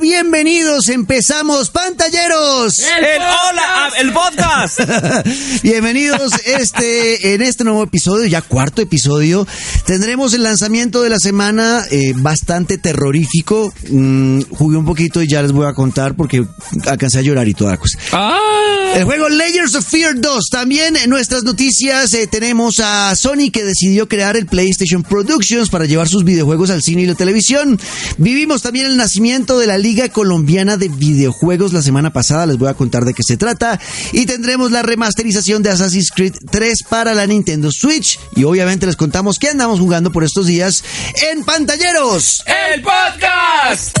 Bienvenidos, empezamos, pantalleros. El, el hola, ah, el podcast. Bienvenidos este, en este nuevo episodio, ya cuarto episodio. Tendremos el lanzamiento de la semana eh, bastante terrorífico. Mm, jugué un poquito y ya les voy a contar porque alcancé a llorar y toda la cosa. Ah. El juego Layers of Fear 2. También en nuestras noticias eh, tenemos a Sony que decidió crear el PlayStation Productions para llevar sus videojuegos al cine y la televisión. Vivimos también el nacimiento de la Liga Colombiana de Videojuegos la semana pasada. Les voy a contar de qué se trata. Y tendremos la remasterización de Assassin's Creed 3 para la Nintendo Switch. Y obviamente les contamos qué andamos jugando por estos días en pantalleros. El podcast.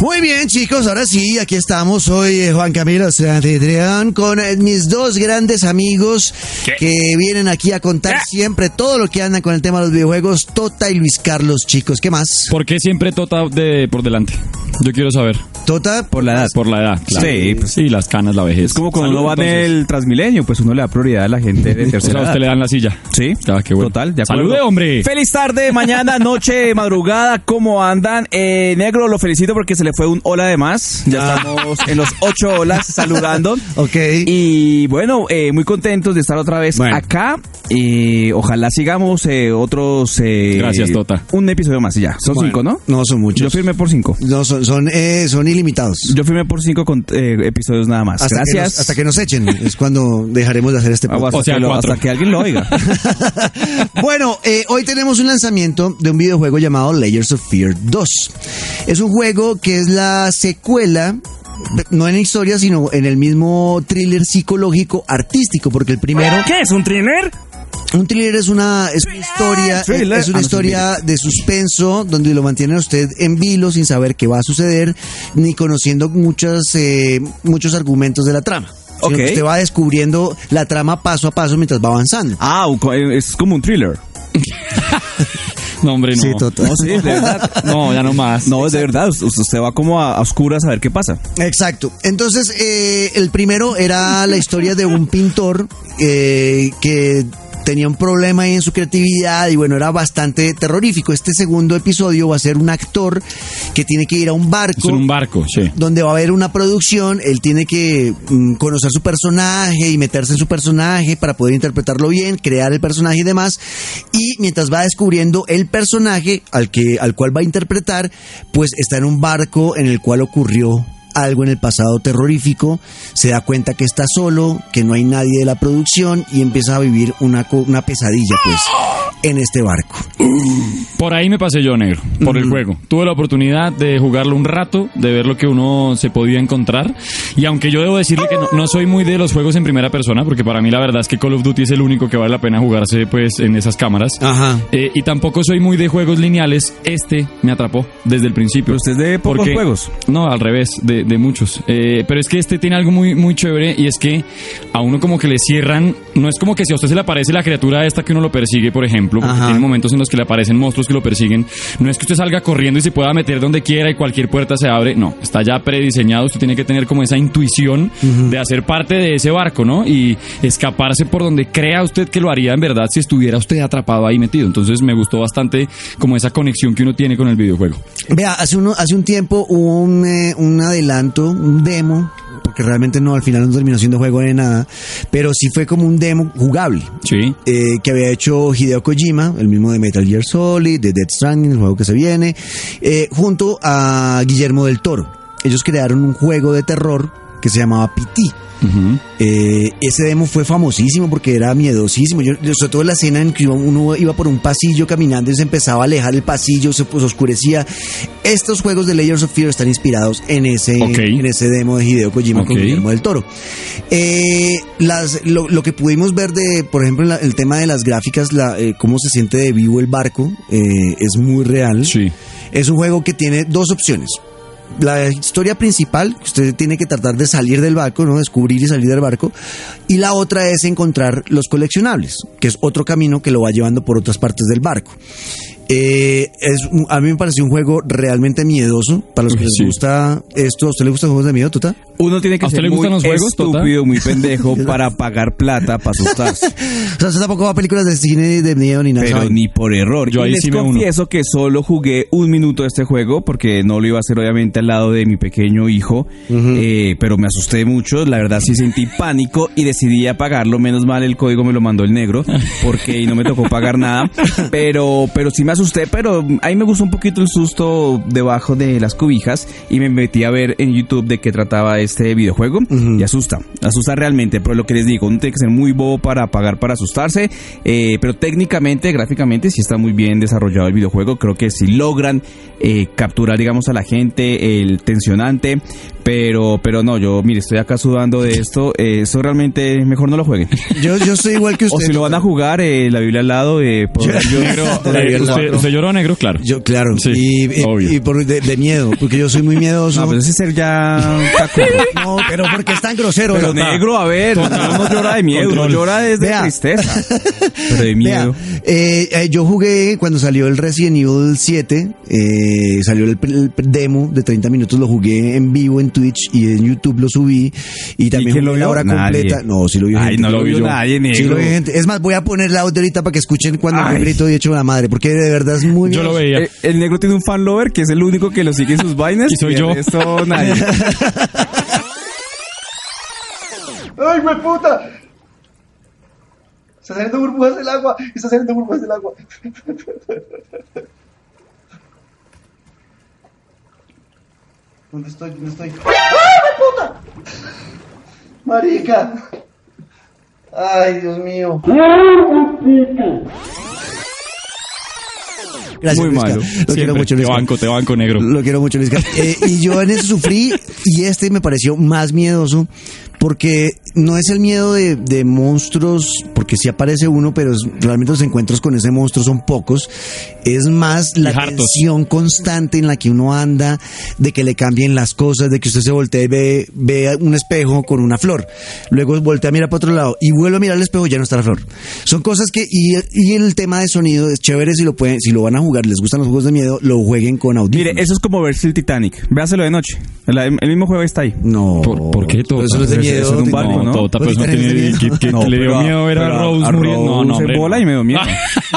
Muy bien, chicos, ahora sí, aquí estamos. Soy eh, Juan Camilo Santidreón con eh, mis dos grandes amigos ¿Qué? que vienen aquí a contar ¿Qué? siempre todo lo que andan con el tema de los videojuegos, Tota y Luis Carlos, chicos. ¿Qué más? ¿Por qué siempre Tota de, por delante? Yo quiero saber. Tota, por la edad. Por la edad, claro. Ah, Sí, pues. Y las canas, la vejez. Es como cuando Salud, uno va en entonces. el Transmilenio, pues uno le da prioridad a la gente de O sea, tercera a edad. usted le dan la silla. Sí, Ah, qué bueno. total, de acuerdo. ¡Salude, hombre! Feliz tarde, mañana, noche, madrugada, ¿cómo andan? Eh, negro, lo felicito porque se le fue un hola de más. Ya estamos en los ocho olas saludando. Ok. Y bueno, eh, muy contentos de estar otra vez Bueno. acá. Y ojalá sigamos eh, otros. eh, Gracias, Tota. Un episodio más y ya. Son Bueno, cinco, ¿no? No, son muchos. Yo firmé por cinco. No, son, son, eh, son ilimitados. Yo firmé por cinco con- eh, episodios nada más. Hasta Que Gracias. nos, hasta que nos echen, es cuando dejaremos de hacer este Ah, o podcast. hasta O sea, que lo- cuatro. hasta que alguien lo oiga. bueno, eh, hoy tenemos un lanzamiento de un videojuego llamado Layers of Fear 2. Es un juego que es la secuela, no en historia, sino en el mismo thriller psicológico artístico, porque el primero... ¿Qué es un tiner? Un thriller es una, es una historia, Thriller. es una Ah, no, historia de suspenso donde lo mantienen a usted en vilo sin saber qué va a suceder ni conociendo muchas, eh, muchos argumentos de la trama. Sino Ok. que Usted va descubriendo la trama paso a paso mientras va avanzando. Ah, un co- es como un thriller. No, hombre, no. Sí, total. No, sí, de verdad. No, ya no más. No, es de verdad. us- us- Usted va como a, a oscuras a ver qué pasa. Exacto. Entonces, eh, el primero era la historia de un pintor eh, que tenía un problema ahí en su creatividad y bueno, era bastante terrorífico. Este segundo episodio va a ser un actor que tiene que ir a un Es barco. en un barco, sí. donde va a haber una producción, él tiene que mm, conocer su personaje y meterse en su personaje para poder interpretarlo bien, crear el personaje y demás. Y mientras va descubriendo el personaje al que al cual va a interpretar, pues está en un barco en el cual ocurrió algo en el pasado terrorífico, se da cuenta que está solo, que no hay nadie de la producción y empieza a vivir una, co- una pesadilla pues en este barco. Por ahí me pasé yo, negro, por Mm. el juego. Tuve la oportunidad de jugarlo un rato, de ver lo que uno se podía encontrar. Y aunque yo debo decirle que no, no soy muy de los juegos en primera persona, porque para mí la verdad es que Call of Duty es el único que vale la pena jugarse pues en esas cámaras. Ajá. Eh, y tampoco soy muy de juegos lineales. Este me atrapó desde el principio. Pero usted es de pocos Porque- juegos. No, al revés, de, de muchos. Eh, pero es que este tiene algo muy, muy chévere y es que a uno como que le cierran. No es como que si a usted se le aparece la criatura esta que uno lo persigue, por ejemplo, porque Ajá. tiene momentos en los que le aparecen monstruos que lo persiguen. No es que usted salga corriendo y se pueda meter donde quiera y cualquier puerta se abre. No, está ya prediseñado. Usted tiene que tener como esa intuición de hacer parte de ese barco, ¿no? Y escaparse por donde crea usted que lo haría en verdad si estuviera usted atrapado ahí metido. Entonces me gustó bastante como esa conexión que uno tiene con el videojuego. Vea, hace, uno, hace un tiempo hubo un, eh, un adelanto, un demo, porque realmente no, al final no terminó siendo juego de nada, pero sí fue como un demo jugable. Sí. eh, que había hecho Hideo Kojima, el mismo de Metal Gear Solid, de Dead Stranding, el juego que se viene, eh, junto a Guillermo del Toro. Ellos crearon un juego de terror que se llamaba PT. Ujú. Eh, ese demo fue famosísimo porque era miedosísimo. Yo, yo- sobre todo en la escena en que iba- uno iba por un pasillo caminando y se empezaba a alejar el pasillo, se pues, oscurecía. Estos juegos de Layers of Fear están inspirados en ese, Ok. en ese demo de Hideo Kojima con Ok. Guillermo del Toro. Eh, las, lo, lo que pudimos ver de, por ejemplo, la- el tema de las gráficas, la, eh, cómo se siente de vivo el barco, eh, es muy real. Sí. Es un juego que tiene dos opciones. La historia principal, que usted tiene que tratar de salir del barco, ¿no? Descubrir y salir del barco. Y la otra es encontrar los coleccionables, que es otro camino que lo va llevando por otras partes del barco. Eh, es, un- a mí me pareció un juego realmente miedoso. Para los que Uy, les sí. gusta esto, ¿a usted le gustan los juegos de miedo, Tota? Uno tiene ¿A que usted ser le muy gustan los juegos, Tota? estúpido, muy pendejo para pagar plata para asustarse. O sea, usted tampoco va a películas de cine de miedo ni nada. pero ¿sabe? ni por error. Yo Y ahí les sí me uno. confieso que solo jugué un minuto de este juego porque no lo iba a hacer obviamente al lado de mi pequeño hijo, eh, pero me asusté mucho, la verdad sí sentí pánico y decidí apagarlo, menos mal el código me lo mandó el negro porque no me tocó pagar nada, pero pero sí me asusté, pero ahí me gustó un poquito el susto debajo de las cobijas y me metí a ver en YouTube de qué trataba este videojuego y asusta, asusta realmente, pero lo que les digo, uno tiene que ser muy bobo para pagar para asustarse, eh, pero técnicamente, gráficamente sí está muy bien desarrollado el videojuego, creo que sí logran eh, capturar digamos a la gente el tensionante, pero pero no, yo mire, estoy acá sudando de esto, eh, eso realmente mejor no lo jueguen. Yo, yo soy igual que usted. O si lo van a jugar, eh, la Biblia al lado, eh, por- yo- Negro, Te la vi eh, el usted, cuatro. usted lloró negro, claro. Yo, claro. Sí, y y- obvio. y por, de, de miedo, porque yo soy muy miedoso. no, No, pero ese ser ya taco. pero porque es tan grosero. Pero Tota. negro, a ver, uno no llora de miedo, uno Control. llora desde Vea. tristeza. Pero de Vea, miedo. eh, eh, yo jugué cuando salió el Resident Evil 7, eh, salió el, pr- el pr- demo de 30 minutos, lo jugué en vivo en Twitch y en YouTube lo subí y también quién lo jugué la vio? hora Nadie. completa. No, sí lo vio Ay, gente. no lo Sí vio nadie, negro. Sí lo vio gente. Es más, voy a poner la audio ahorita para que escuchen cuando Ay. me grito y echo la madre, porque de verdad es muy... Yo lo veía. El, Eh, el negro tiene un fan lover que es el único que lo sigue en sus vainas. Y soy yo. Esto nadie. ¡Ay, güey, puta! Está saliendo burbujas del agua, está saliendo burbujas del agua. ¿Dónde estoy? ¿Dónde estoy? ¡Ay, güey, puta! ¡Marica! ¡Ay, Dios mío! Gracias, Muy Luisca. Lo malo. quiero Siempre. mucho, te Luisca. banco, te banco, negro. Lo quiero mucho, Luis Gas. Eh, y yo en eso sufrí y este me pareció más miedoso porque no es el miedo de, de monstruos, porque sí aparece uno, pero es- realmente los encuentros con ese monstruo son pocos. Es más la Y hartos. tensión constante en la que uno anda, de que le cambien las cosas, de que usted se voltee y ve, ve un espejo con una flor. Luego voltea a mirar para otro lado y vuelve a mirar el espejo y ya no está la flor. Son cosas que, y, y el tema de sonido es chévere si lo pueden, si lo van a jugar, les gustan los juegos de miedo, lo jueguen con audio. Mire, eso es como verse el Titanic. Véaselo de noche. La- el mismo juego está ahí. No. ¿Por- por qué, Tota? Eso no es de Eso- miedo. eso es un Tito. barco, No, ¿no? Tota, pues no Ahorita tiene. eres de que- que- miedo. que le dio pero a- miedo ver a pero a- Rose a muriendo. No, Rose no, en hombre, bola no. y me dio miedo.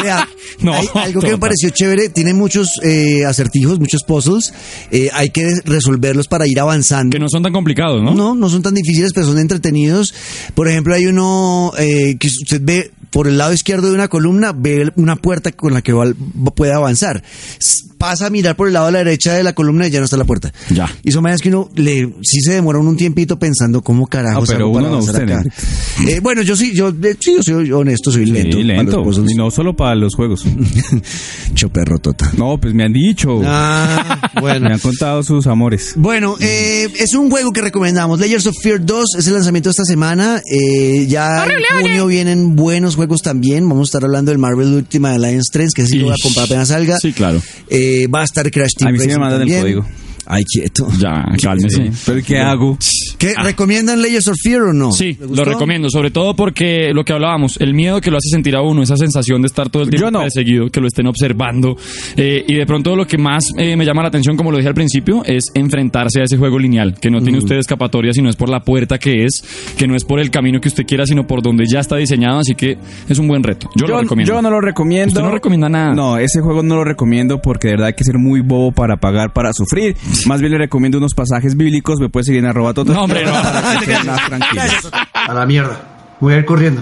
Vea, No, hay algo que me Tota. pareció chévere, tiene muchos eh, acertijos, muchos puzzles, eh, hay que resolverlos para ir avanzando. Que no son tan complicados, ¿no? No, no son tan difíciles, pero son entretenidos. Por ejemplo, hay uno eh, que usted ve por el lado izquierdo de una columna, ve una puerta con la que va- puede avanzar. S- Pasa a mirar por el lado de la derecha de la columna y ya no está la puerta. Ya. Y son maneras que uno le, sí se demora uno un tiempito pensando cómo carajo Ah, pero hago para uno no, avanzar usted, acá. Eh, bueno, yo sí, yo, eh, sí, yo soy honesto, soy lento. Sí, para los lento. puzzles. Y no solo para los juegos. Choperro tota. No, pues me han dicho. Ah, Me han contado sus amores. Bueno, eh, es un juego que recomendamos. Layers of Fear 2 es el lanzamiento esta semana. Eh, ya en junio vienen buenos juegos también. Vamos a estar hablando del Marvel Ultimate Alliance 3, que sí lo voy a Ish. comprar apenas salga. Sí, claro. Eh, va a estar Crash Team A mí sí me Racing mandan el también. código. Ay, quieto. Ya, cálmese. Pero ¿qué hago? ¿Qué, ¿Recomiendan Layers of Fear o no? Sí, ¿Le lo gustó? recomiendo, sobre todo porque lo que hablábamos, el miedo que lo hace sentir a uno, esa sensación de estar todo el tiempo Yo no. perseguido, que lo estén observando. eh, y de pronto lo que más eh, me llama la atención, como lo dije al principio, es enfrentarse a ese juego lineal, que no Mm. tiene usted escapatoria, sino es por la puerta que es, que no es por el camino que usted quiera, sino por donde ya está diseñado, así que es un buen reto. Yo, lo recomiendo. yo no lo recomiendo. Usted no recomienda nada. No, ese juego no lo recomiendo porque de verdad hay que ser muy bobo para pagar para sufrir. Más bien le recomiendo unos pasajes bíblicos. Me puede seguir en arroba total. No, hombre, no. Para que sean más tranquilos. A la mierda. Voy a ir corriendo.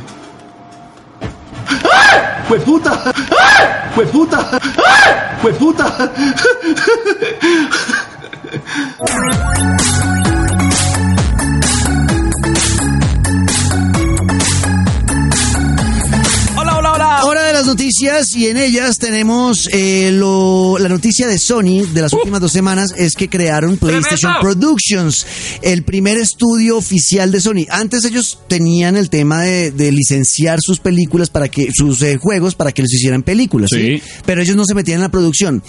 ¡Ah! ¡Hueputa! ¡Ah! ¡Hueputa! ¡Ah! ¡Hueputa! Hola, hola, hola. Hora de las noticias y en ellas tenemos eh, lo- la noticia de Sony de las últimas dos semanas es que crearon PlayStation Productions, el primer estudio oficial de Sony. Antes ellos tenían el tema de, de licenciar sus películas para que sus eh, juegos para que les hicieran películas, ¿sí? Sí. pero ellos no se metían en la producción.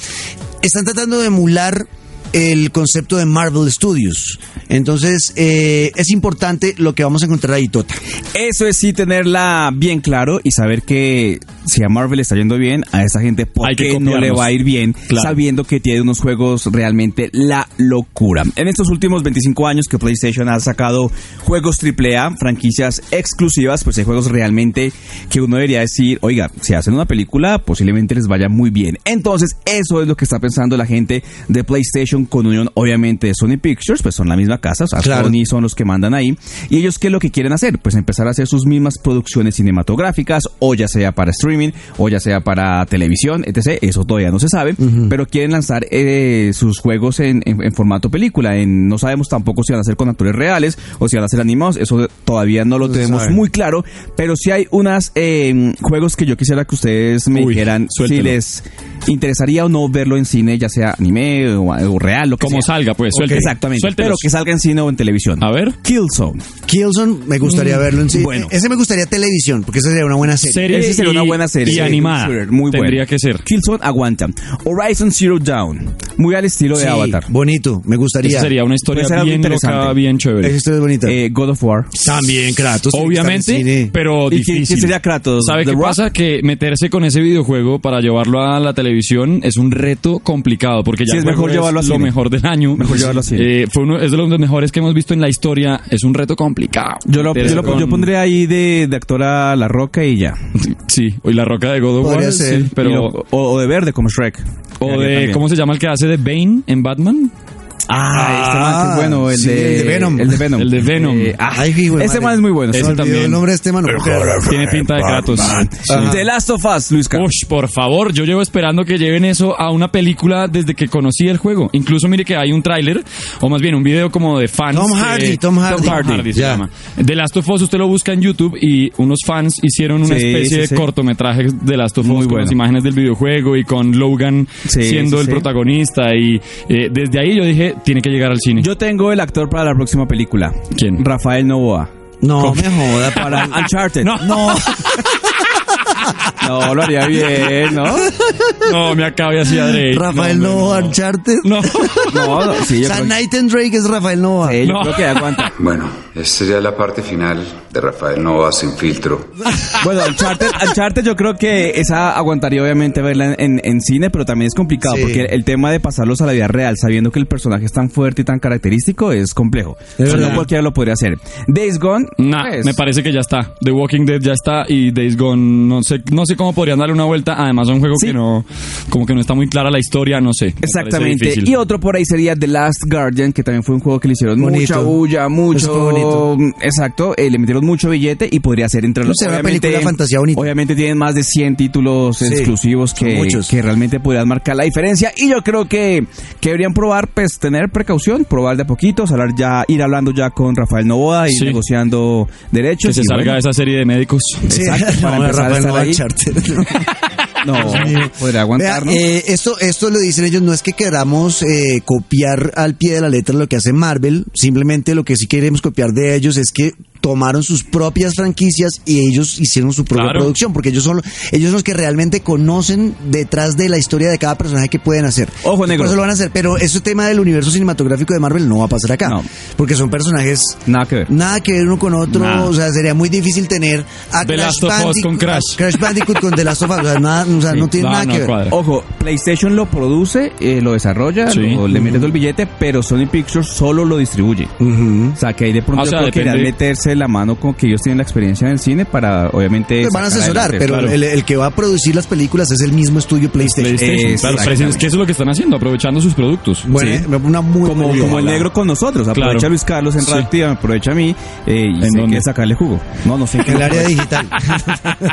Están tratando de emular el concepto de Marvel Studios. Entonces, eh, es importante lo que vamos a encontrar ahí, Tota. Eso es sí tenerla bien claro y saber que si a Marvel está yendo bien, a esta gente, ¿por Hay que qué no le copiarnos. va a ir bien? Claro. Sabiendo que tiene unos juegos realmente la locura. En estos últimos 25 años que PlayStation ha sacado juegos AAA, franquicias exclusivas, pues hay juegos realmente que uno debería decir, oiga, si hacen una película, posiblemente les vaya muy bien. Entonces, eso es lo que está pensando la gente de PlayStation con unión, obviamente, de Sony Pictures, pues son la misma casa, o sea, Claro. Sony son los que mandan ahí. ¿Y ellos qué es lo que quieren hacer? Pues empezar a hacer sus mismas producciones cinematográficas, o ya sea para streaming, o ya sea para televisión, etc. Eso todavía no se sabe, pero quieren lanzar eh, sus juegos en, en- en formato película. En, no sabemos tampoco si van a ser con actores reales o si van a ser animados, eso todavía no lo se tenemos sabe. muy claro, pero sí hay unos juegos que yo quisiera que ustedes me Uy, dijeran si suéltelo. les interesaría o no verlo en cine, ya sea anime o, o real, lo que Como sea. salga, pues, Ok, suéltelo. Exactamente, pero Suéltelos. que salga en cine o en televisión. A ver. Killzone. Killzone, me gustaría verlo en cine. Mm, bueno. Ese me gustaría televisión, porque esa sería una buena serie. Serie Esa sería y- una buena serie. Y animada. Shooter, Muy buena. Tendría que ser. Killzone aguanta. Horizon Zero Dawn. Muy al estilo de Sí, Avatar. Bonito, me gustaría. Esa sería una historia Puede ser algo bien loca, interesante. bien chévere. Esa historia es bonita. Eh, God of War. También, Kratos. Pues tiene que estar en Obviamente, cine. pero ¿Y quién- difícil. quién sería Kratos? ¿Sabe ¿The qué Rock? pasa? Que meterse con ese videojuego para llevarlo a la televisión es un reto complicado porque ya Sí, el es mejor juego llevarlo a lo cine. mejor del año. Mejor llevarlo a cine. Eh, fue uno, es de los mejores que hemos visto en la historia. Es un reto complicado. Yo, lo, yo, Meterse lo- con- yo pondré ahí de, de actor a La Roca y ya. Sí, o y la roca de God of Podría War, ser. sí, pero Y lo- o, o de verde, como Shrek. o Haría de también. ¿cómo se llama el que hace de Bane en Batman? Ah, este man que es bueno. El, sí, de, el de Venom. El de Venom. El de Venom. Eh, ah, Ay, hijo de ese madre. man es muy bueno. Se Ese me olvidó también. El nombre de este man, no puedo creer. Tiene pinta de Kratos. Ajá. Ah. The Last of Us, Luis Carlos. Ush, por favor, yo llevo esperando que lleven eso a una película desde que conocí el juego. Incluso mire que hay un tráiler, o más bien un video como de fans. Tom que- Hardy, Tom Hardy. se Ya. llama. The Last of Us, usted lo busca en YouTube y unos fans hicieron una Sí, especie sí, de sí. cortometraje de Last of Us Muy con bueno. las imágenes del videojuego y con Logan Sí, siendo sí, el sí. protagonista. Y eh, desde ahí yo dije, tiene que llegar al cine. Yo tengo el actor para la próxima película. ¿Quién? Rafael Novoa. No, me joda. Para... Para Uncharted. No. No, lo haría bien, ¿no? no, me acabé así Drake. Rafael no, Novoa, no. Uncharted. No. No, no, sí, yo creo San que- Night and Drake es Rafael Novoa. sí, yo No. creo que aguanta. Bueno, esta ya es la parte final de Rafael Nova sin filtro. Bueno, Uncharted, Uncharted yo creo que esa aguantaría obviamente verla en, en cine, pero también es complicado Sí. porque el tema de pasarlos a la vida real sabiendo que el personaje es tan fuerte y tan característico es complejo. O sea, no cualquiera lo podría hacer. Days Gone, Nah, pues, me parece que ya está. The Walking Dead ya está y Days Gone no sé, no sé cómo podrían darle una vuelta. Además, es un juego Sí. que no, como que no está muy clara la historia, no sé. Me parece Exactamente. difícil. Y otro por ahí sería The Last Guardian, que también fue un juego que le hicieron Bonito. mucha bulla, Eso fue mucho. bonito. Exacto, eh, le metieron mucho billete y podría ser entre los. Será una película de fantasía bonita. Obviamente tienen más de 100 títulos Sí, exclusivos son que, muchos. que realmente podrían marcar la diferencia. Y yo creo que, que deberían probar, pues tener precaución, probar de a poquitos, hablar ya, ir hablando ya con Rafael Novoa, ir Sí. negociando derechos. Que se y salga bueno, esa serie de médicos. Sí, Exacto, para no, empezar a Rafael estar Novoa, ahí. Uncharted. No, podría Vea, aguantar, ¿no? eh, esto, esto lo dicen ellos, no es que queramos eh, copiar al pie de la letra lo que hace Marvel, simplemente lo que sí queremos copiar de ellos es que tomaron sus propias franquicias y ellos hicieron su propia Claro. producción, porque ellos son, lo- ellos son los que realmente conocen detrás de la historia de cada personaje que pueden hacer. Ojo negro. Por eso lo van a hacer, pero ese tema del universo cinematográfico de Marvel no va a pasar acá, No. porque son personajes Nada que ver. nada que ver uno con otro, Nada. o sea, sería muy difícil tener a The Crash Last of Us Bandicoot- con Crash. Bandicoot con The Last of Us, o sea, nada- o sea, Sí. no tiene No, nada no que ver. cuadra. Ojo, PlayStation lo produce, eh, lo desarrolla, Sí. lo- le mete todo el billete, pero Sony Pictures solo lo distribuye. O sea, que ahí de pronto O yo sea, creo que irán depende. meterse la mano con que ellos tienen la experiencia en el cine para, obviamente... Pues van a sacar asesorar, adelante. pero claro. el, el que va a producir las películas es el mismo estudio PlayStation. PlayStation, claro, Exactamente. parece- es que eso es lo que están haciendo, aprovechando sus productos. Bueno, Sí. eh, una muy Como, buena idea. como el negro con nosotros. Aprovecha Claro. a Luis Carlos en Sí. Radioactiva, aprovecha a mí eh, y ¿En sé que dónde? sacarle jugo. No, no sé en qué En el área digital.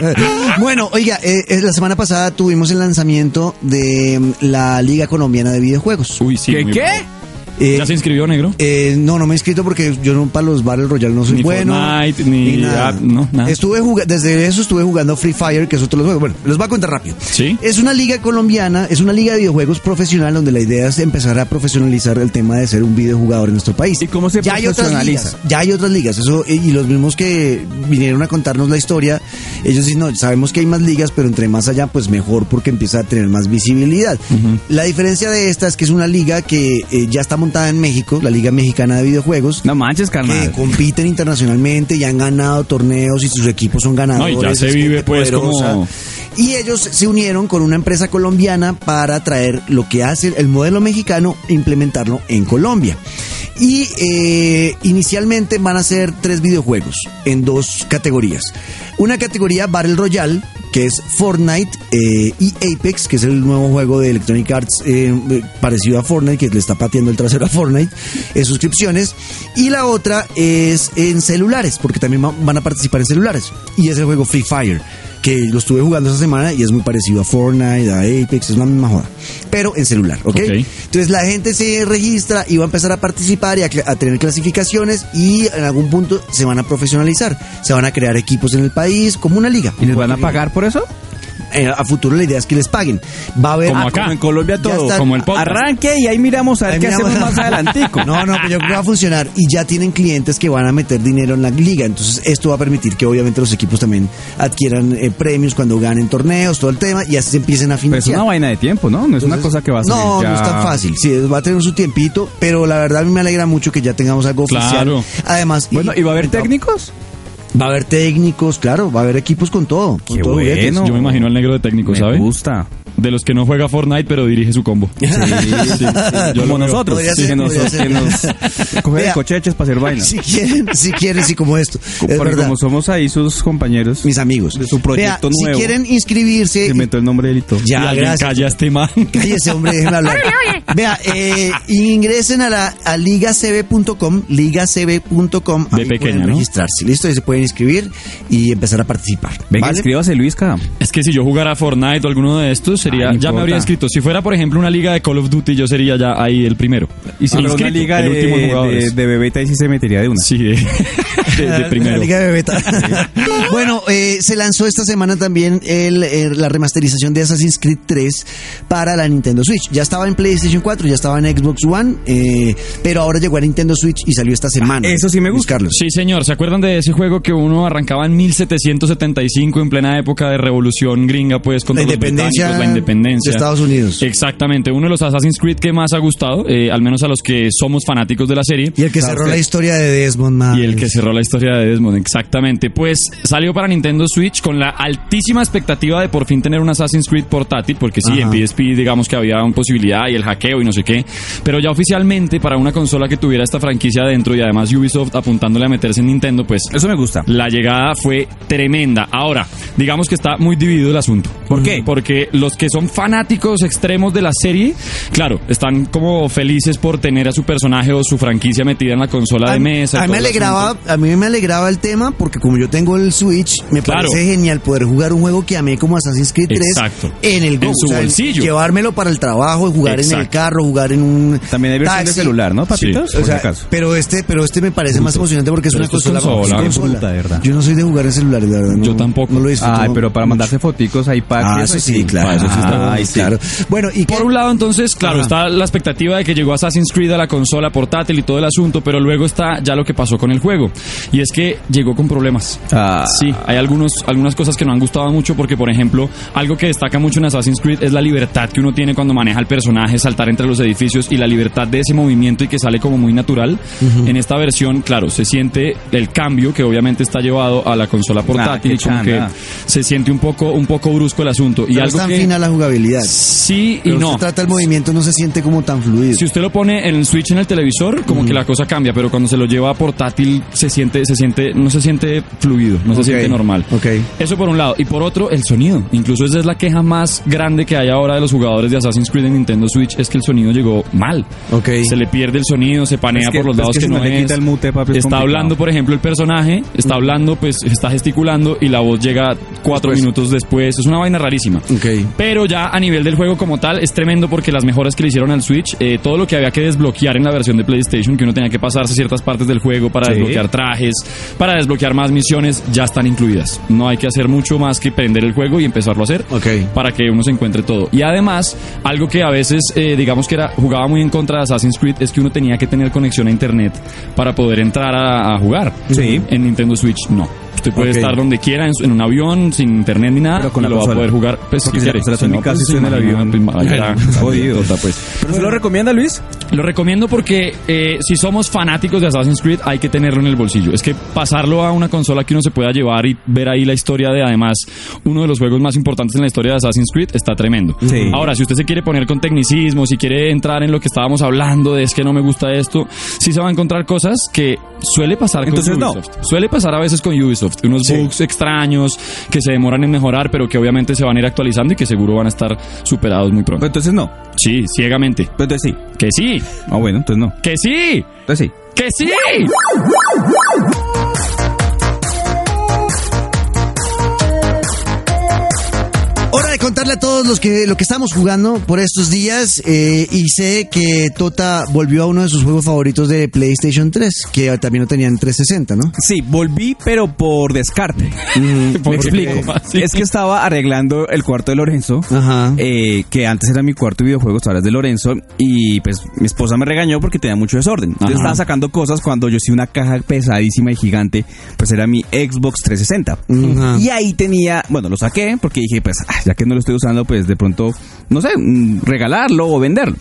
bueno, oiga, eh, eh, la semana pasada tuvimos el lanzamiento de mm, la Liga Colombiana de Videojuegos. Uy, sí. ¿Qué, muy qué? bueno. Eh, ¿Ya se inscribió, negro? eh, no, no me he inscrito porque yo no para los Battle Royale no soy Ni bueno. Fortnite, ni app, no, nada. Estuve juga- desde eso estuve jugando Free Fire, que es otro de los juegos. Bueno, les voy a contar rápido. Sí. Es una liga colombiana, es una liga de videojuegos profesional donde la idea es empezar a profesionalizar el tema de ser un videojugador en nuestro país. ¿Y cómo se ya hay otras profesionaliza? ligas, ya hay otras ligas, eso y los mismos que vinieron a contarnos la historia, ellos dicen, "No, sabemos que hay más ligas, pero entre más allá pues mejor porque empieza a tener más visibilidad." La diferencia de esta es que es una liga que eh, ya está montada en México, la Liga Mexicana de Videojuegos. No manches, que carnal. compiten internacionalmente y han ganado torneos y sus equipos son ganadores. No, y ya se es vive, gente pues, como- Y ellos se unieron con una empresa colombiana para traer lo que hace el modelo mexicano e implementarlo en Colombia. Y eh, inicialmente van a ser tres videojuegos en dos categorías. Una categoría Battle Royale, que es Fortnite eh, y Apex, que es el nuevo juego de Electronic Arts eh, eh, parecido a Fortnite, que le está pateando el trasero a Fortnite, en suscripciones. Y la otra es en celulares, porque también va- van a participar en celulares. Y es el juego Free Fire, que lo estuve jugando esta semana y es muy parecido a Fortnite, a Apex, es la misma joda, pero en celular, ¿ok? Ok. Entonces la gente se registra y va a empezar a participar y a, cl- a tener clasificaciones y en algún punto se van a profesionalizar, se van a crear equipos en el país como una liga. ¿Y les van a pagar por eso? Eh, a futuro la idea es que les paguen. Va a haber Como acá. Ah, Como en Colombia Ya todo. está. Como el podcast. Arranque y ahí miramos a ver Ahí qué miramos. hacemos más adelantico. No, no, pero yo creo que va a funcionar y ya tienen clientes que van a meter dinero en la liga, entonces esto va a permitir que obviamente los equipos también adquieran eh, premios cuando ganen torneos, todo el tema y así se empiecen a Pero es financiar. una vaina de tiempo, ¿no? No es una Entonces, cosa que va a salir No, ya- no es tan fácil. Sí, va a tener su tiempito, pero la verdad a mí me alegra mucho que ya tengamos algo Claro. oficial. Además, Bueno, ¿y va a haber técnicos? Va a haber técnicos, claro, va a haber equipos con todo. Con Qué todo juguetes. bueno. Pues Yo me imagino al negro de técnico, Me ¿sabe? gusta. De los que no juega Fortnite, pero dirige su combo. Sí, sí. Yo Como lo veo. nosotros. Podría sí, ser, que nos, podría ser. que nos coger Vea. el cocheches para hacer vainas. Si quieren, si quieren, sí, como esto. Es Porque verdad. como somos ahí sus compañeros, Mis amigos. De su proyecto Vea, nuevo. Si quieren inscribirse. se inventó el nombre de Lito. Ya, y alguien gracias. calla a este man. Cállese, hombre, déjeme hablar. Vea, eh, ingresen a la a ligacb.com, ligacb.com. De ahí pequeña, pueden ¿no? registrarse, listo, y se pueden inscribir y empezar a participar. Venga, ¿vale? escríbase Luisca. Es que si yo jugara Fortnite o alguno de estos, sería Ah, no ya me importa. habría inscrito. Si fuera, por ejemplo, una liga de Call of Duty, yo sería ya ahí el primero. Y si Pero inscrito, una liga el último en de, de, jugadores. de bebeta y sí se metería de una. Sí, de, de- de La primero. Liga de Beta. bueno, eh, se lanzó esta semana también el, eh, la remasterización de Assassin's Creed 3 para la Nintendo Switch. Ya estaba en PlayStation 4, ya estaba en Xbox One, eh, pero ahora llegó a Nintendo Switch y salió esta semana. Ah, eso sí me Luis gusta. Carlos. Sí, señor. ¿Se acuerdan de ese juego que uno arrancaba en 1775 en plena época de revolución gringa, pues, contra La los independencia británicos, la independencia de Estados Unidos. Exactamente. Uno de los Assassin's Creed que más ha gustado, eh, al menos a los que somos fanáticos de la serie. Y el que cerró la historia de Desmond Miles. Y el que cerró la historia de Desmond, exactamente. Pues salió para Nintendo Switch con la altísima expectativa de por fin tener un Assassin's Creed portátil, porque sí, Ajá. en PSP digamos que había una posibilidad y el hackeo y no sé qué, pero ya oficialmente para una consola que tuviera esta franquicia adentro y además Ubisoft apuntándole a meterse en Nintendo, pues Eso me gusta. la llegada fue tremenda. Ahora, digamos que está muy dividido el asunto. ¿Por qué? Porque los que son fanáticos extremos de la serie, claro, están como felices por tener a su personaje o su franquicia metida en la consola A de mí- mesa. y A mí, todo me el alegraba, asunto. a mí me alegraba el tema porque como yo tengo el Switch, me Claro. parece genial poder jugar un juego que amé como Assassin's Creed 3 Exacto. en el En Go, su bolsillo. llevármelo para el trabajo, jugar en el Exacto. carro, jugar en un También hay versión de taxi. celular, ¿no, papitos? Sí. Por Ah, O sea, si acaso. pero este, pero este me parece más emocionante porque es Pero una esto es consola, consola, es qué bruta, de verdad. Yo no soy de jugar en celular, de verdad. no- Yo tampoco. No lo disfruto. Ay, pero para mandarse foticos hay packs. Ah, y eso sí, Ah, claro. eso sí está- Ay, claro. Bueno, y Por qué- un lado, entonces, claro, Ajá. está la expectativa de que llegó Assassin's Creed a la consola portátil y todo el asunto, pero luego está ya lo que pasó con el juego. Y es que llegó con problemas. Ah. Sí, hay algunos, algunas cosas que no han gustado mucho porque, por ejemplo, algo que destaca mucho en Assassin's Creed es la libertad que uno tiene cuando maneja el personaje, saltar entre los edificios y la libertad de ese movimiento y que sale como muy natural. En esta versión, claro, se siente el cambio que obviamente está llevado a la consola portátil, qué y como que chanda. se siente un poco, un poco brusco el asunto. Y pero es algo tan que fina la jugabilidad. sí y Pero no. se trata el movimiento, no se siente como tan fluido. Si usted lo pone en el switch en el televisor, como que la cosa cambia, pero cuando se lo lleva a portátil se siente siente, se siente, no se siente fluido, no se Ok, siente normal. ok. Eso por un lado. Y por otro, el sonido. Incluso esa es la queja más grande que hay ahora de los jugadores de Assassin's Creed en Nintendo Switch, es que el sonido llegó mal. Ok. Se le pierde el sonido, se panea Es que- por los es lados que que, si no no le es. quita el mute, papi, es está complicado. hablando, por ejemplo, el personaje, está hablando, pues está gesticulando y la voz llega Pues, cuatro minutos después. Es una vaina rarísima. Ok. Pero ya a nivel del juego como tal es tremendo porque las mejoras que le hicieron al Switch, eh, todo lo que había que desbloquear en la versión de PlayStation, que uno tenía que pasarse ciertas partes del juego para Sí. desbloquear trajes, para desbloquear más misiones, ya están incluidas. No hay que hacer mucho más que prender el juego y empezarlo a hacer Ok. para que uno se encuentre todo. Y además, algo que a veces, eh, digamos que era, jugaba muy en contra de Assassin's Creed, es que uno tenía que tener conexión a Internet para poder entrar a, a jugar. Sí. En Nintendo Switch no. Usted puede Ok. estar donde quiera, en, su- en un avión, sin internet ni nada, Pero con y la lo va a consola. poder jugar. Pues, Porque si si la quiere. consola está en mi casa y pues, estoy en el imagina, avión. pues, vaya, Bueno, jodido. tota, pues. ¿Pero se lo recomienda, Luis? Lo recomiendo porque eh, si somos fanáticos de Assassin's Creed hay que tenerlo en el bolsillo. Es que pasarlo a una consola que uno se pueda llevar y ver ahí la historia de además uno de los juegos más importantes en la historia de Assassin's Creed está tremendo. Sí. Ahora, si usted se quiere poner con tecnicismo, si quiere entrar en lo que estábamos hablando de es que no me gusta esto, sí se va a encontrar cosas que suele pasar Entonces, con no. Ubisoft. Suele pasar a veces con Ubisoft. Unos bugs extraños que se demoran en mejorar pero que obviamente se van a ir actualizando y que seguro van a estar superados muy Pero pronto. entonces no. Sí, ciegamente. Pero entonces sí. Que sí. Ah, bueno, entonces no. ¡Que sí! Entonces sí. ¡Que sí! Hora de contarle a todos los que lo que estamos jugando por estos días eh, y sé que Tota volvió a uno de sus juegos favoritos de PlayStation 3, que también lo tenían en 360, ¿no? Sí, volví, pero por descarte. Por Me explico. qué? Sí. Es que estaba arreglando el cuarto de Lorenzo. Ajá. eh, que antes era mi cuarto de videojuegos, ahora es de Lorenzo, y pues mi esposa me regañó porque tenía mucho desorden. Entonces Ajá. estaba sacando cosas cuando yo sí una caja pesadísima y gigante, pues era mi Xbox 360. Ajá. Y ahí tenía, bueno, lo saqué porque dije, pues ah, ya que no lo estoy usando, pues de pronto, no sé, mm, regalarlo o venderlo.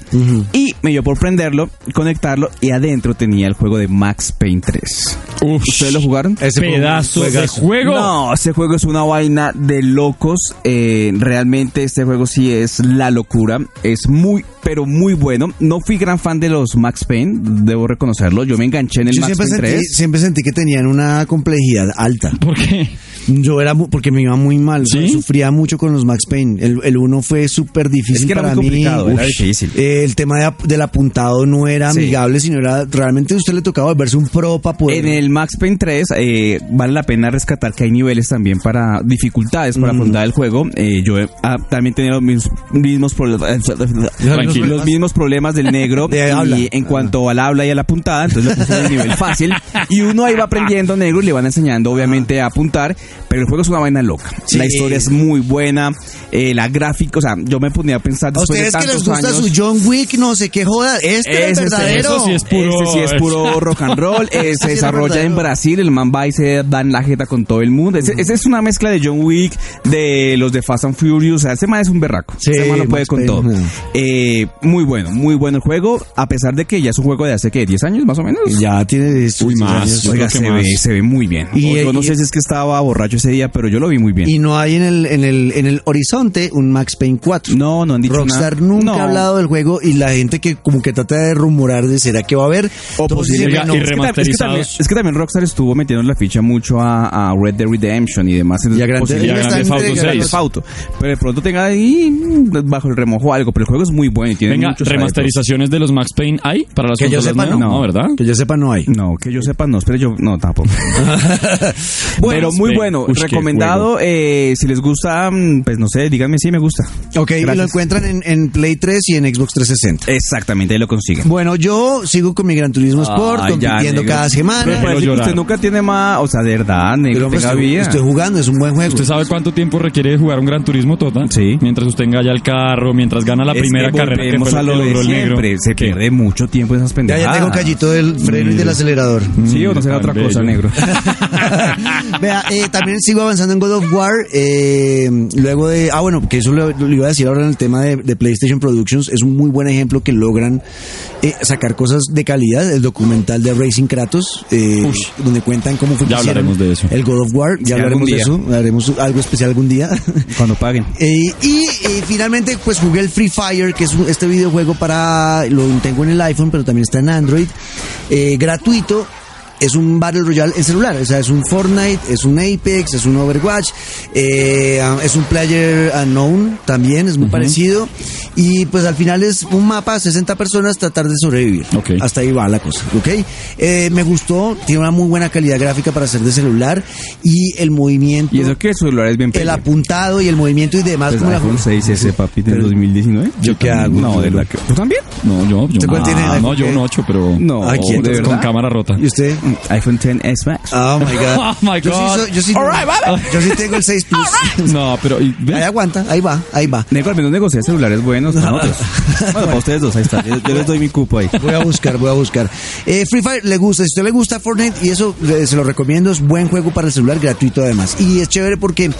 Y me dio por prenderlo, conectarlo, y adentro tenía el juego de Max Payne 3. Uf, ¿Ustedes lo jugaron? pedazo de juego. No, este juego es una vaina de locos. Eh, realmente este juego sí es la locura. Es muy, pero muy bueno. No fui gran fan de los Max Payne, debo reconocerlo. Yo me enganché en el Yo Max siempre Payne sentí, 3. siempre sentí que tenían una complejidad alta. ¿Por qué? Yo era mu- porque me iba muy mal, ¿Sí? sufría mucho con los Max Payne. El, el uno fue súper difícil Es que era para muy mí. complicado, era Uf. difícil. Eh, el tema de ap- del apuntado no era Sí. amigable, sino era realmente a usted le tocaba volverse un pro para poder. En el Max Payne 3 eh, vale la pena rescatar que hay niveles también para dificultades Mm. para afrontar el juego. Eh, yo eh, ah, también tenía los mis- mismos problemas. Tranquilo. Los mismos problemas del negro De y habla. en cuanto al habla y a la puntada, entonces lo puse en el nivel fácil y uno ahí va aprendiendo negro y le van enseñando obviamente a apuntar, pero el juego es una vaina loca. Ah. Sí. La historia es muy buena, eh, la gráfica, o sea, yo me ponía a pensar a después de ustedes que tantos les gusta años, su John Wick, no sé qué joda. Este era el Ese es- verdadero. eso sí es puro- Ese sí es puro rock and roll. eh, Ese se sí es desarrolla verdadero. en Brasil. El man va y se dan la jeta con todo el mundo. Ese, ese es una mezcla de John Wick, de los de Fast and Furious. O sea, ese man es un berraco. Sí, ese man lo puede Max con Payne, todo. ajá. Eh, muy bueno, muy bueno el juego. A pesar de que ya es un juego de hace, ¿qué? ¿10 años más o menos? Ya tiene. Uy, más. Yo Oiga, creo que se más. ve, se ve muy bien. Y- yo no y- sé si es que estaba borracho ese día, pero yo lo vi muy bien. Y no hay en el, en el, en el horizonte un Max Payne 4. no, no han dicho nada. Rockstar nunca No. ha hablado del juego y la gente que como que trata de rumorar de será que va a haber O Todos posible dicen que ya- no. y Es que tam- es, que también, remasterizados. es que también Rockstar estuvo metiendo la ficha mucho a, a Red Dead Redemption y demás. Y a Grand posible- Theft- y a Grand Theft Auto Grand Theft seis. Auto. Pero de pronto tenga ahí mm, bajo el remojo algo. Pero el juego es muy bueno y tiene Venga, muchos adeptos. remasterizaciones de los Max Payne hay para las Que yo sepa, consolas nuevas? no. ¿verdad? Que yo sepa no hay. No, que yo sepa, no, espere yo, no, tampoco. pero muy Ven, bueno, ush, qué recomendado. eh, si les gusta, mm, pues no sé, díganme si me gusta. Ok, y lo Gracias. encuentran en, en Play 3 y en Xbox 360. Exacamente, ahí lo consiguen. Bueno, yo sigo con mi Gran Turismo Sport, Ay, ya, compitiendo negro. cada Pero semana. parece que llorar. usted nunca tiene más, o sea, de verdad, Pero negro, hombre, tenga estoy, vida. estoy jugando, es un buen juego. ¿Usted sabe cuánto tiempo requiere jugar un Gran Turismo, Tota? Sí. Mientras usted engalla el carro, mientras gana la Es que primera carrera que volvemos fue a que lo de logró el negro. siempre. Se ¿Qué? pierde mucho tiempo en esas Ya, pendejadas. ya tengo callito del freno y del acelerador. Ah. Sí, o no será Mm, Tan otra cosa, bello. negro. Vea, eh, también sigo avanzando en God of War. eh, luego de. Ah, bueno, que eso lo, lo iba a decir ahora en el tema de, de PlayStation Productions. Es un muy buen ejemplo que logran eh, sacar cosas de calidad. El documental de Racing Kratos, eh, donde cuentan cómo fue que Ya hicieron hablaremos de eso. El God of War, ya Sí, hablaremos algún de día. eso. Haremos algo especial algún día. Cuando paguen. Eh, y eh, finalmente pues jugué el Free Fire, que es un- este videojuego para, lo tengo en el iPhone, pero también está en Android, eh, gratuito. es un Battle Royale en celular. O sea, es un Fortnite, es un Apex, es un Overwatch, eh, es un Player Unknown también, es muy parecido. Y pues al final es un mapa, 60 personas, tratar de sobrevivir. Ok. Hasta ahí va la cosa, ¿ok? Eh, me gustó, tiene una muy buena calidad gráfica para ser de celular y el movimiento, Y eso que el celular es bien el pequeño. apuntado y el movimiento y demás. Pues como la- iPhone 6S, papi, del 2019. ¿Yo qué hago? No, de verdad que... ¿Tú también? No, yo, yo, ¿Usted cuál tiene? Ah, no, yo iPhone, un ¿qué? 8, pero No, Ay, ¿quién? ¿de con verdad? cámara rota. ¿Y usted? Mm, iPhone 10S Max. Oh my god. Oh, my Yo sí God. soy- Yo sí, All right, vale. yo sí tengo el 6 Plus. No, pero y- ve, Ahí aguanta, ahí va, ahí va. Nego, al menos negocia celulares buenos para nosotros. Bueno, para ustedes dos, ahí está. Yo, yo les doy mi cupo ahí. Voy a buscar, voy a buscar. Eh, Free Fire le gusta, si a usted le gusta Fortnite, y eso eh, se lo recomiendo, es buen juego para el celular, gratuito además. Y es chévere porque,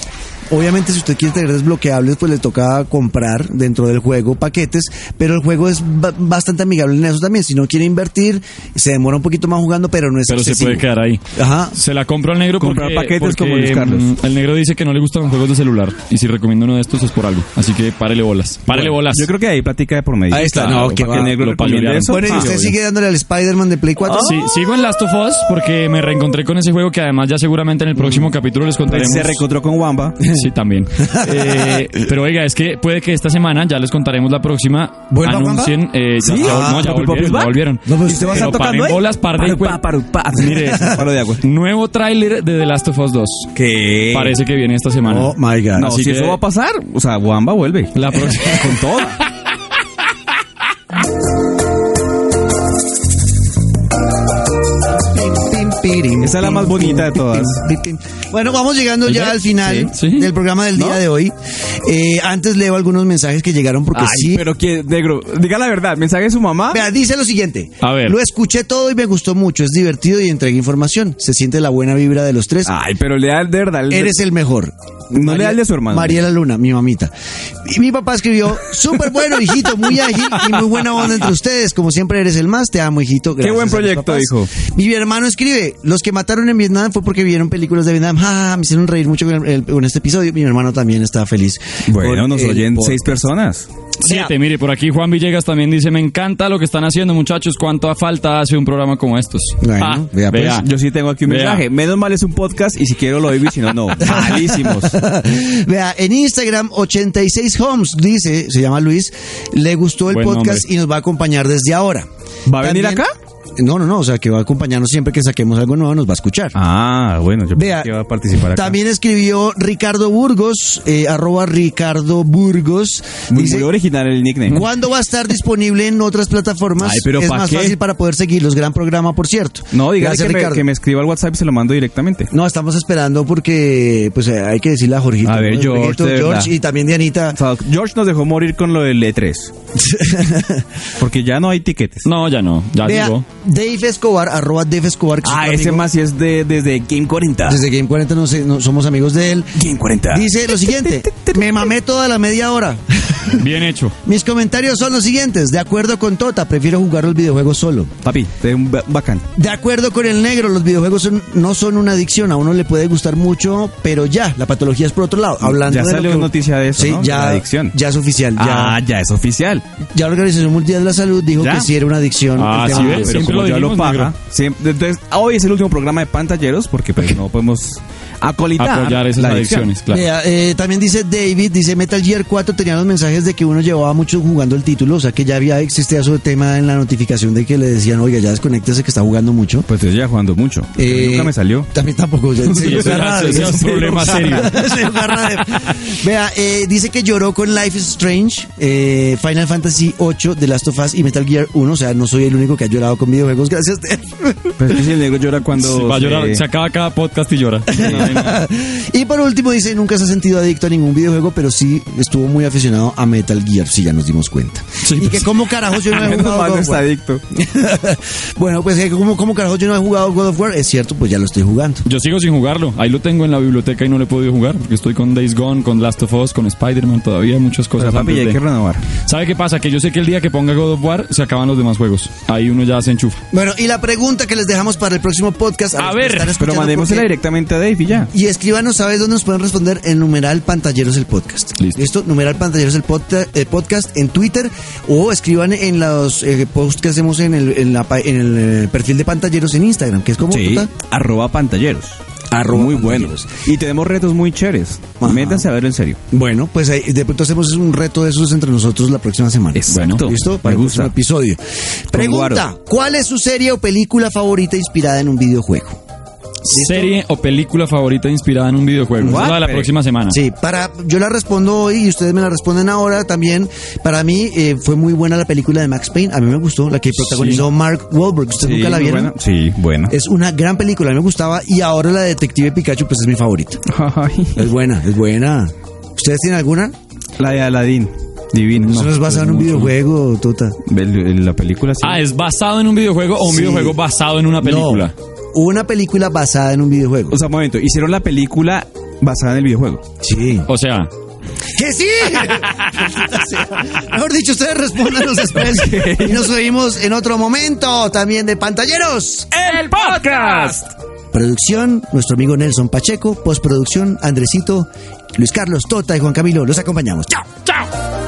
obviamente, si usted quiere tener desbloqueables, pues le toca comprar dentro del juego paquetes, pero el juego es ba- bastante amigable en eso también. Si no quiere invertir, se demora un poquito más jugando, pero no es pero se excesivo. puede quedar ahí. Ajá. Se la compro al negro Comprar porque, paquetes porque, como Luis Carlos. mm, El negro dice que no le gustan los juegos de celular. Y si recomiendo uno de estos es por algo. Así que párele bolas. Párele bolas. Yo creo que ahí platica de por medio. Ahí está, no, que ¿para va, negro lo recomienda palomearon. eso? Bueno, y Ah, usted obvio. sigue dándole al Spider-Man de Play Oh. Oh, 4. Sí, sigo en Last of Us porque me reencontré con ese juego que además ya seguramente en el próximo capítulo les Pues contaremos. se reencontró con Wamba. Sí, también. Eh, pero oiga, es que puede que esta semana, ya les contaremos la próxima, ¿Vuelva, anuncien... Eh, ya, ¿Sí? ya- Ah, no, ya ¿Papi Papi's volvieron, ya back? volvieron. No, pues, ¿Y usted va a Pero estar paren tocando ahí? bolas, par de Paru, cuen- pa, paru, pa. Mire, Palo de agua. Nuevo tráiler de The Last of Us 2. ¿Qué? Parece que viene esta semana. Oh my god. No, Así si que- eso va a pasar, o sea, Wamba vuelve. La próxima. Con todo. Esa es la más bonita de todas. Bueno, vamos llegando ya al final Sí, sí. del programa del día ¿No? de hoy. Eh, antes leo algunos mensajes que llegaron porque Ay, sí. pero que, negro, diga la verdad, mensaje de su mamá. Vea, dice lo siguiente. A ver. Lo escuché todo y me gustó mucho. Es divertido y entrega información. Se siente la buena vibra de los tres. Ay, pero le da de verdad. le- Eres el mejor. No le hable a su hermano. Mariela Luna, mi mamita. Y mi papá escribió, súper bueno, hijito, muy ágil y muy buena onda entre ustedes. Como siempre eres el más, te amo, hijito. Gracias buen a mis proyecto, papás". hijo. Mi hermano escribe, los que mataron en Vietnam fue porque vieron películas de Vietnam. Ja, ja, ja, me hicieron reír mucho con, el- con este episodio. Mi hermano también está feliz. Bueno, con nos el oyen podcast. seis personas. Siete, mire, por aquí Juan Villegas también dice, me encanta lo que están haciendo muchachos, cuánto falta hace un programa como estos. Bueno, Ah, vea, pues. vea. Yo sí tengo aquí un Vea. mensaje. Menos mal es un podcast y si quiero lo oigo y si no, no. Malísimos. Vea, en Instagram 86 Homes dice, se llama Luis, le gustó el Buen podcast nombre. y nos va a acompañar desde ahora. ¿Va a venir acá? No, no, no, o sea que va a acompañarnos siempre que saquemos algo nuevo, nos va a escuchar. Ah, bueno, yo Vea, pensé que iba a participar acá. También escribió Ricardo Burgos, eh, arroba Ricardo Burgos. muy, dice, muy original el nickname. ¿Cuándo va a estar disponible en otras plataformas? Ay, pero es ¿pa' más qué? fácil para poder seguirlos. Gran programa, por cierto. No, dígale Gracias, que me, Ricardo. que me escriba al WhatsApp y se lo mando directamente. No, estamos esperando porque pues eh, hay que decirle a Jorgito. A ver, ¿no? George, Jorgito, de George verdad. y también Dianita. O sea, George nos dejó morir con lo del E3. Porque ya no hay tiquetes. No, ya no, ya Vea, digo. Dave Escobar, arroba Dave Escobar. que es Ah, otro ese amigo. más sí es de, desde Game 40. Desde Game 40 no, sé, no somos amigos de él. Game 40. Dice lo siguiente, me mamé toda la media hora. Bien hecho. Mis comentarios son los siguientes. De acuerdo con Tota, prefiero jugar los videojuegos solo. Papi, te un ba- bacán. De acuerdo con el negro, los videojuegos son- no son una adicción. A uno le puede gustar mucho, pero ya, la patología es por otro lado. Hablando Ya de lo salió que- noticia de eso, Sí, ¿no? De ya, la adicción. ya es oficial. Ya, Ah, ya es oficial. ya la Organización Mundial de la Salud dijo ¿Ya? que sí era una adicción. Ah, el sí, tema. ¿ves? Pero Siempre como lo ya lo dijimos, paga. negro. siempre- entonces, hoy es el último programa de pantalleros porque pues, no podemos acolitar Apoyar esas la adicción. adicciones, claro. Vea, eh, también dice David, dice Metal Gear 4 tenía los mensajes de que uno llevaba mucho jugando el título, o sea que ya había existía su tema en la notificación de que le decían, oiga, ya desconéctese que está jugando mucho. Pues estoy ya jugando mucho. Eh, Nunca me salió. También tampoco. ya- Sí, eso ya- raro, eso ya es un sí, problema sí, serio. sí, está raro. Vea, eh, dice que lloró con Life is Strange, eh, Final Fantasy 8, The Last of Us y Metal Gear 1. O sea, no soy el único que ha llorado con videojuegos. Gracias. Pues es que si el negro llora cuando. Sí, va a llorar, se- se acaba cada podcast y llora. y por último dice, nunca se ha sentido adicto a ningún videojuego, pero sí estuvo muy aficionado a Metal Gear, si ya nos dimos cuenta. Sí, y pues. que como carajos yo no he Menos jugado mal no pues. God of está War. adicto. bueno, pues que como, como carajos yo no he jugado God of War, es cierto, pues ya lo estoy jugando. Yo sigo sin jugarlo. Ahí lo tengo en la biblioteca y no lo he podido jugar porque estoy con Days Gone, con Last of Us, con Spider-Man todavía, muchas Pero cosas. papi, antes ya hay de- que renovar. ¿Sabe qué pasa? Que yo sé que el día que ponga God of War se acaban los demás juegos. Ahí uno ya se enchufa. Bueno, y la pregunta que les dejamos para el próximo podcast. A los que ver, están Pero escuchando, mandémosela porque- directamente a Dave y ya. idea. Y escríbanos, ¿sabes dónde nos pueden responder? En numeral pantalleros el podcast. Listo. Numeral pantalleros el, podca- el podcast en Twitter o escriban en los eh, posts que hacemos en el, en la pa- en el, eh, perfil de pantalleros en Instagram, que es como Sí, total. arroba pantalleros. Arroba muy pantalleros. buenos. Y tenemos retos muy chéveres. Ajá. Métanse a ver en serio. Bueno, pues ahí, de pronto hacemos un reto de esos entre nosotros la próxima semana. Exacto. Bueno, ¿Listo? Me Para el gusta. próximo episodio. Pregunta, Guaro. ¿cuál es su serie o película favorita inspirada en un videojuego? ¿Listo? Serie o película favorita inspirada en un videojuego. Esa es la de la Guapere. próxima semana. Sí, para yo la respondo hoy y ustedes me la responden ahora también. Para mí eh, fue muy buena la película de Max Payne, a mí me gustó, la que protagonizó Mark Wahlberg. ¿Ustedes Sí, nunca la muy vieron? buena. Sí, bueno. Es una gran película, a mí me gustaba y ahora la de Detective Pikachu pues es mi favorita. Es buena, es buena. ¿Ustedes tienen alguna? La de Aladdin. Divina. Eso no es basado en un videojuego, Tota. La película sí. Ah, ¿es basado en un videojuego o un Sí. videojuego basado en una película? No, una película basada en un videojuego. O sea, un momento. Hicieron la película basada en el videojuego. sí. O sea, ¡Que sí! O sea, Mejor dicho, ustedes respóndanos después. Y nos oímos en otro momento también de Pantalleros. El podcast. Producción, nuestro amigo Nelson Pacheco. Postproducción, Andresito, Luis Carlos, Tota y Juan Camilo. Los acompañamos. ¡Chao! Chao.